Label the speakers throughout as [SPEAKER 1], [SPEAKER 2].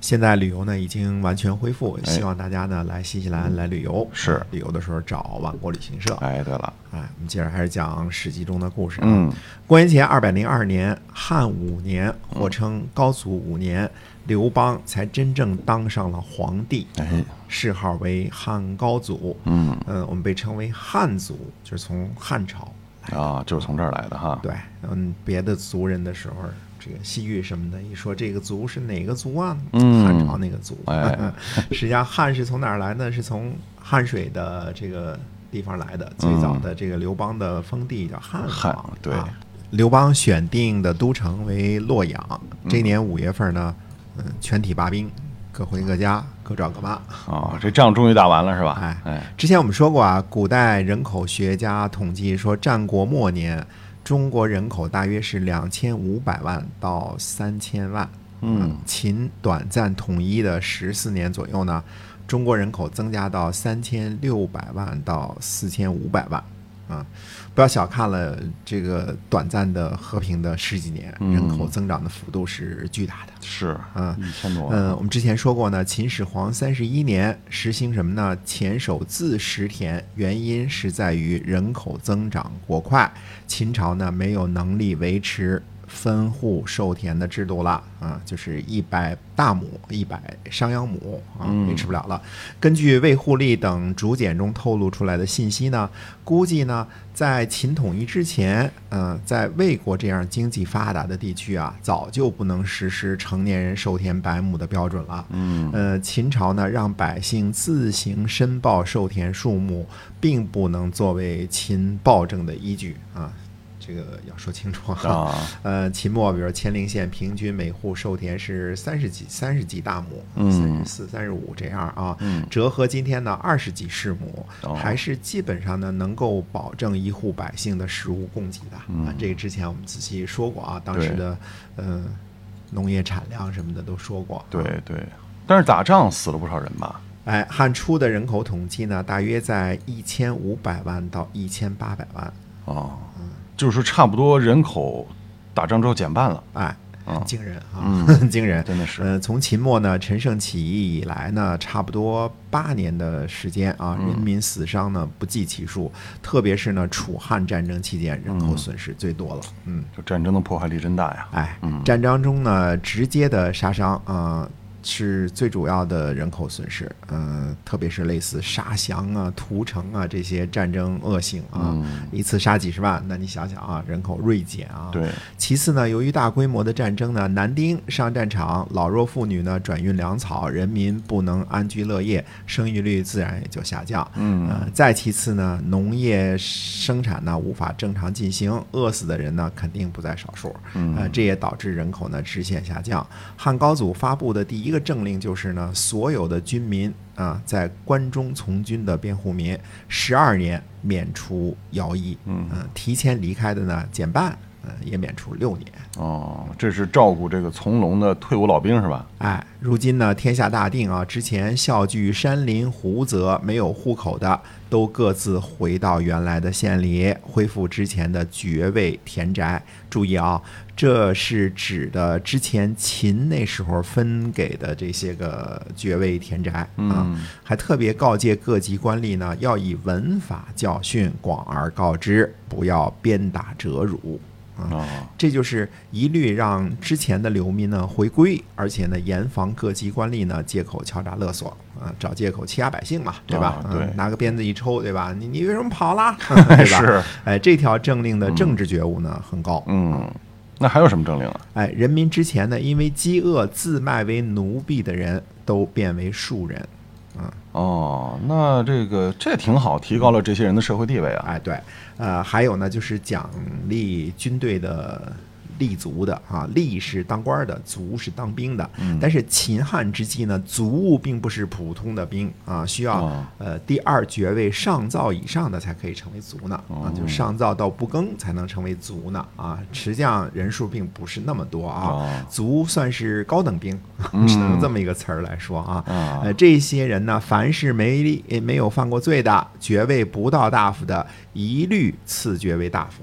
[SPEAKER 1] 现在旅游呢已经完全恢复，
[SPEAKER 2] 哎嗯
[SPEAKER 1] 希望大家呢来新西兰来旅游，
[SPEAKER 2] 是
[SPEAKER 1] 旅游的时候找万国旅行社。
[SPEAKER 2] 哎，对了，
[SPEAKER 1] 哎，我们接着还是讲《史记》中的故事。啊
[SPEAKER 2] 嗯，
[SPEAKER 1] 公元前二百零二年，汉五年，
[SPEAKER 2] 嗯
[SPEAKER 1] 或称高祖五年，刘邦才真正当上了皇帝，
[SPEAKER 2] 哎，
[SPEAKER 1] 谥号为汉高祖。
[SPEAKER 2] 嗯
[SPEAKER 1] 嗯，我们被称为汉族，就是从汉朝。
[SPEAKER 2] 啊，就是从这儿来的哈。
[SPEAKER 1] 对，嗯，别的族人的时候，这个西域什么的，一说这个族是哪个族啊？
[SPEAKER 2] 嗯
[SPEAKER 1] 汉朝那个族。
[SPEAKER 2] 哎
[SPEAKER 1] 实际上汉是从哪儿来呢？是从汉水的这个地方来的。最早的这个刘邦的封地叫汉
[SPEAKER 2] 嗯汉
[SPEAKER 1] 王。
[SPEAKER 2] 对
[SPEAKER 1] 啊刘邦选定的都城为洛阳。这年五月份呢，嗯，全体罢兵，各回各家，各找各妈。
[SPEAKER 2] 哦，这仗终于打完了是吧？
[SPEAKER 1] 哎
[SPEAKER 2] 哎，
[SPEAKER 1] 之前我们说过啊，古代人口学家统计说，战国末年中国人口大约是两千五百万到三千万。啊
[SPEAKER 2] 嗯，
[SPEAKER 1] 秦短暂统一的十四年左右呢，中国人口增加到三千六百万到四千五百万。啊，不要小看了这个短暂的和平的十几年，人口增长的幅度是巨大的。
[SPEAKER 2] 是，
[SPEAKER 1] 嗯
[SPEAKER 2] 一千多万。
[SPEAKER 1] 嗯，我们之前说过呢，秦始皇三十一年实行什么呢？前手自食田，原因是在于人口增长过快，秦朝呢没有能力维持分户授田的制度了啊，就是一百大亩、一百商鞅亩啊，维持不了了。根据魏护利等竹简中透露出来的信息呢，估计呢，在秦统一之前，呃，在魏国这样经济发达的地区啊，早就不能实施成年人授田百亩的标准了。嗯，呃，秦朝呢，让百姓自行申报授田数目，并不能作为秦暴政的依据啊。这个要说清楚
[SPEAKER 2] 啊，
[SPEAKER 1] 呃，秦末，比如乾陵县平均每户授田是三十几、三十几大亩，
[SPEAKER 2] 嗯
[SPEAKER 1] 三十四、三十五这样啊，
[SPEAKER 2] 嗯
[SPEAKER 1] 折合今天呢二十几市亩，
[SPEAKER 2] 哦
[SPEAKER 1] 还是基本上呢能够保证一户百姓的食物供给的。啊，这个之前我们仔细说过啊，当时
[SPEAKER 2] 嗯对
[SPEAKER 1] 的呃农业产量什么的都说过。
[SPEAKER 2] 对对，但是打仗死了不少人吧？
[SPEAKER 1] 哎，汉初的人口统计呢，大约在一千五百万到一千八百万。
[SPEAKER 2] 哦，就是说差不多人口打仗之后减半了。
[SPEAKER 1] 哎，
[SPEAKER 2] 嗯
[SPEAKER 1] 惊人啊，
[SPEAKER 2] 嗯
[SPEAKER 1] 惊人，
[SPEAKER 2] 真的是
[SPEAKER 1] 呃，从秦末呢，陈胜起义以来呢，差不多八年的时间啊，人民死伤呢不计其数，特别是呢楚汉战争期间，人口损失最多了。嗯，
[SPEAKER 2] 就战争的破坏力真大呀！
[SPEAKER 1] 哎，战争中呢，直接的杀伤啊、呃是最主要的人口损失。嗯、特别是类似杀降啊、屠城啊这些战争恶性啊，一次杀几十万，那你想想啊，人口锐减啊。
[SPEAKER 2] 对。
[SPEAKER 1] 其次呢，由于大规模的战争呢，男丁上战场，老弱妇女呢转运粮草，人民不能安居乐业，生育率自然也就下降。嗯、再其次呢，农业生产呢无法正常进行，饿死的人呢肯定不在少数。嗯、呃，这也导致人口呢直线下降。汉高祖发布的第一个政令就是呢，所有的军民啊，在关中从军的辩护民，十二年免除徭役。嗯、提前离开的呢减半，嗯、也免除六年。
[SPEAKER 2] 哦，这是照顾这个从龙的退伍老兵是吧？
[SPEAKER 1] 哎，如今呢，天下大定啊！之前效聚山林胡泽没有户口的，都各自回到原来的县里，恢复之前的爵位田宅。注意啊，这是指的之前秦那时候分给的这些个爵位田宅、啊。还特别告诫各级官吏呢，要以文法教训，广而告之，不要鞭打折辱。
[SPEAKER 2] 哦，
[SPEAKER 1] 这就是一律让之前的流民呢回归，而且呢严防各级官吏呢借口敲诈勒索啊、找借口欺压百姓嘛，对吧？
[SPEAKER 2] 啊对
[SPEAKER 1] 嗯拿个鞭子一抽，对吧？你你为什么跑 啦？对吧？
[SPEAKER 2] 是，
[SPEAKER 1] 哎，这条政令的政治觉悟呢、很高，
[SPEAKER 2] 嗯，那还有什么政令啊？
[SPEAKER 1] 哎，人民之前呢因为饥饿自卖为奴婢的人都变为庶人，
[SPEAKER 2] 哦，那这个这挺好，提高了这些人的社会地位啊。
[SPEAKER 1] 哎，对，呃，还有呢，就是奖励军队的立足的啊，立是当官儿的，足是当兵的。
[SPEAKER 2] 嗯
[SPEAKER 1] 但是秦汉之际呢，卒务并不是普通的兵啊，需要、
[SPEAKER 2] 哦
[SPEAKER 1] 呃第二爵位上造以上的才可以成为卒呢啊，
[SPEAKER 2] 哦
[SPEAKER 1] 就上造到不更才能成为卒呢啊，持将人数并不是那么多啊
[SPEAKER 2] 哦，
[SPEAKER 1] 卒、算是高等兵， 只能用这么一个词儿来说啊。
[SPEAKER 2] 嗯啊
[SPEAKER 1] 呃，这些人呢，凡是没立呃没有犯过罪的，爵位不到大夫的，一律赐爵为大夫。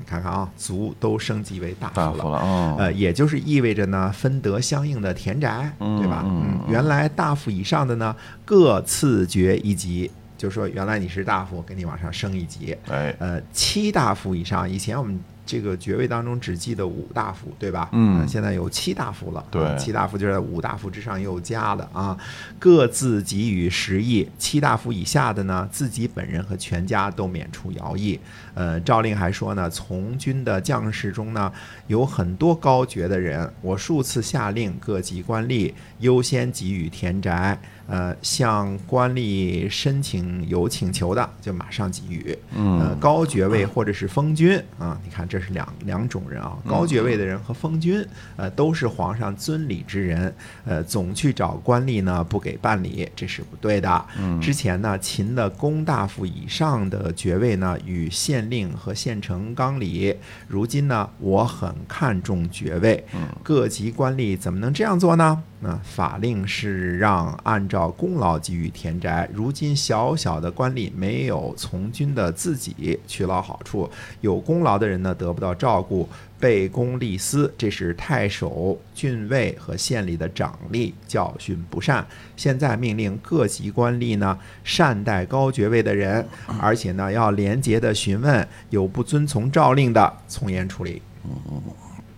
[SPEAKER 1] 你看看啊，族都升级为大夫
[SPEAKER 2] 大
[SPEAKER 1] 了。
[SPEAKER 2] 夫了哦，
[SPEAKER 1] 呃，也就是意味着呢，分得相应的田宅，对吧？
[SPEAKER 2] 嗯嗯
[SPEAKER 1] 原来大夫以上的呢，各赐爵一级，就是说原来你是大夫，给你往上升一级。
[SPEAKER 2] 哎，
[SPEAKER 1] 呃，七大夫以上，以前我们这个爵位当中只记得五大夫，对吧？
[SPEAKER 2] 嗯
[SPEAKER 1] 呃现在有七大夫了。
[SPEAKER 2] 对
[SPEAKER 1] 啊七大夫就是在五大夫之上又加了啊，各自给予十亿。七大夫以下的呢，自己本人和全家都免除徭役。呃，诏令还说呢，从军的将士中呢，有很多高爵的人，我数次下令各级官吏优先给予田宅。呃，向官吏申请有请求的，就马上给予。呃，高爵位或者是封君啊，你看这是两两种人啊，高爵位的人和封君，呃，都是皇上尊礼之人，呃，总去找官吏呢不给办理，这是不对的。之前呢，秦的公大夫以上的爵位呢与县令和县城纲里，如今呢，我很看重爵位，各级官吏怎么能这样做呢？那法令是让按照功劳给予田宅，如今小小的官吏没有从军的自己去捞好处，有功劳的人呢得不到照顾，被公立私，这是太守、郡尉和县里的长吏教训不善。现在命令各级官吏呢善待高爵位的人，而且呢要廉洁的询问有不遵从诏令的，从严处理。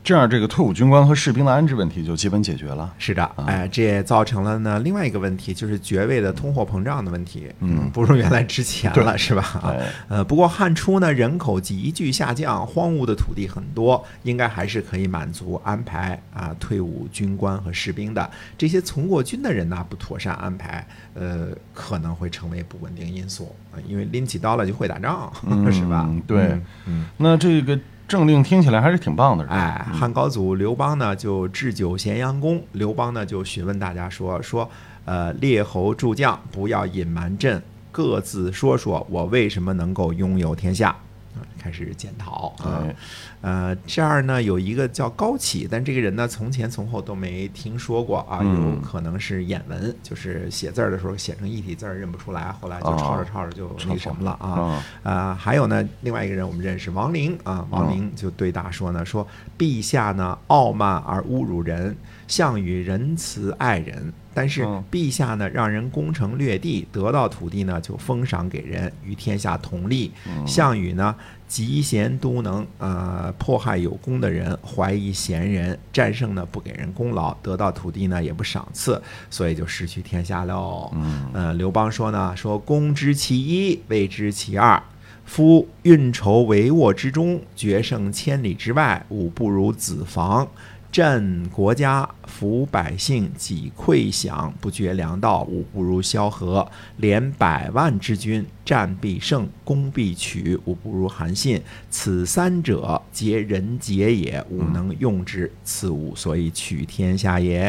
[SPEAKER 2] 这样这个退伍军官和士兵的安置问题就基本解决了。
[SPEAKER 1] 是的，哎，这也造成了呢另外一个问题，就是爵位的通货膨胀的问题，嗯，不如原来值钱了，是吧？啊
[SPEAKER 2] 哎，
[SPEAKER 1] 呃，不过汉初呢人口急剧下降，荒芜的土地很多，应该还是可以满足安排啊退伍军官和士兵的。这些从过军的人呢不妥善安排，呃，可能会成为不稳定因素，啊因为拎起刀来就会打仗， 是吧？
[SPEAKER 2] 嗯对
[SPEAKER 1] 嗯，嗯
[SPEAKER 2] 那这个政令听起来还是挺棒的，嗯是吧
[SPEAKER 1] 哎，汉高祖刘邦呢就置酒咸阳宫，刘邦呢就询问大家说说，呃，列侯诸将不要隐瞒朕，各自说说我为什么能够拥有天下。啊开始检讨啊
[SPEAKER 2] 哎，
[SPEAKER 1] 呃，这儿呢有一个叫高启，但这个人呢从前从后都没听说过啊，有
[SPEAKER 2] 嗯
[SPEAKER 1] 可能是眼文，就是写字儿的时候写成一体字儿认不出来，后来就抄着
[SPEAKER 2] 哦
[SPEAKER 1] 抄着就那
[SPEAKER 2] 抄错
[SPEAKER 1] 什么了啊。
[SPEAKER 2] 啊哦
[SPEAKER 1] 啊，还有呢，另外一个人我们认识王陵啊，王陵就对答说呢，说陛下呢傲慢而侮辱人，项羽仁慈爱人，但是
[SPEAKER 2] 嗯
[SPEAKER 1] 陛下呢让人攻城略地，得到土地呢就封赏给人，与天下同利。
[SPEAKER 2] 哦
[SPEAKER 1] 项羽呢嫉贤都能，呃，迫害有功的人，怀疑贤人，战胜呢不给人功劳，得到土地呢也不赏赐，所以就失去天下喽。
[SPEAKER 2] 嗯，
[SPEAKER 1] 呃，刘邦说呢，说公知其一，未知其二。夫运筹帷幄之中，决胜千里之外，吾不如子房。振国家，扶百姓，己溃饷，不绝粮道，吾不如萧何。连百万之军，战必胜，攻必取，吾不如韩信。此三者，皆人杰也，吾能用之，此吾所以取天下也。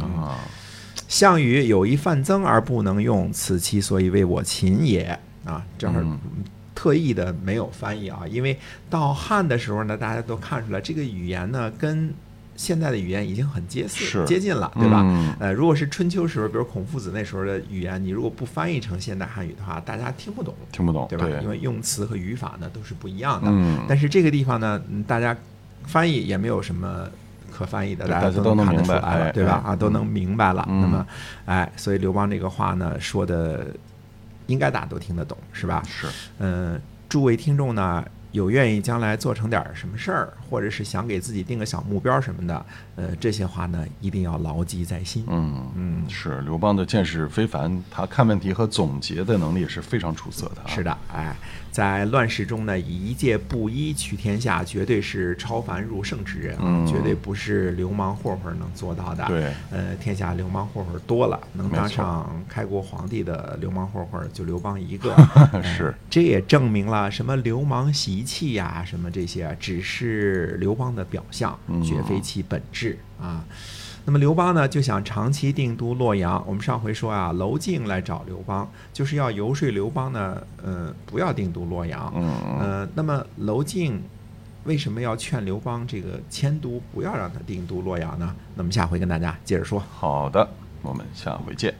[SPEAKER 2] 啊，
[SPEAKER 1] 项羽有一范增而不能用，此其所以为我秦也。啊，这儿
[SPEAKER 2] 嗯
[SPEAKER 1] 特意的没有翻译啊，因为到汉的时候呢，大家都看出来这个语言呢跟现在的语言已经很接似
[SPEAKER 2] 是
[SPEAKER 1] 接近了，对吧？
[SPEAKER 2] 嗯
[SPEAKER 1] 呃，如果是春秋时候，比如孔夫子那时候的语言，你如果不翻译成现代汉语的话，大家听不懂，
[SPEAKER 2] 听不懂，
[SPEAKER 1] 对吧？因为用词和语法呢都是不一样的。
[SPEAKER 2] 嗯，
[SPEAKER 1] 但是这个地方呢，嗯大家翻译也没有什么可翻译的，
[SPEAKER 2] 对
[SPEAKER 1] 家
[SPEAKER 2] 大家都
[SPEAKER 1] 能
[SPEAKER 2] 能
[SPEAKER 1] 看得
[SPEAKER 2] 明
[SPEAKER 1] 出
[SPEAKER 2] 白
[SPEAKER 1] 来了，
[SPEAKER 2] 哎
[SPEAKER 1] 对吧？
[SPEAKER 2] 哎
[SPEAKER 1] 啊，都能明白了。
[SPEAKER 2] 嗯
[SPEAKER 1] 那么，哎，所以刘邦这个话呢，说的应该大家都听得懂，是吧？
[SPEAKER 2] 是
[SPEAKER 1] 嗯，诸位听众呢，有愿意将来做成点儿什么事儿，或者是想给自己定个小目标什么的，呃，这些话呢，一定要牢记在心。
[SPEAKER 2] 嗯。
[SPEAKER 1] 嗯，
[SPEAKER 2] 是刘邦的见识非凡，他看问题和总结的能力也是非常出色的、啊。
[SPEAKER 1] 是的，哎，在乱世中呢，以一介布衣取天下，绝对是超凡入圣之人啊，
[SPEAKER 2] 嗯
[SPEAKER 1] 绝对不是流氓混混能做到的。
[SPEAKER 2] 对，
[SPEAKER 1] 呃，天下流氓混混多了，能当
[SPEAKER 2] 没错
[SPEAKER 1] 上开国 皇帝的流氓混混就刘邦一个。
[SPEAKER 2] 是
[SPEAKER 1] 这也证明了什么流氓洗习气呀、什么这些啊，只是刘邦的表象，
[SPEAKER 2] 嗯
[SPEAKER 1] 绝非其本质啊。那么刘邦呢，就想长期定都洛阳。我们上回说啊，娄敬来找刘邦，就是要游说刘邦呢，呃，不要定都洛阳。
[SPEAKER 2] 嗯
[SPEAKER 1] 呃，那么娄敬为什么要劝刘邦这个迁都，不要让他定都洛阳呢？那么下回跟大家接着说。
[SPEAKER 2] 好的，我们下回见。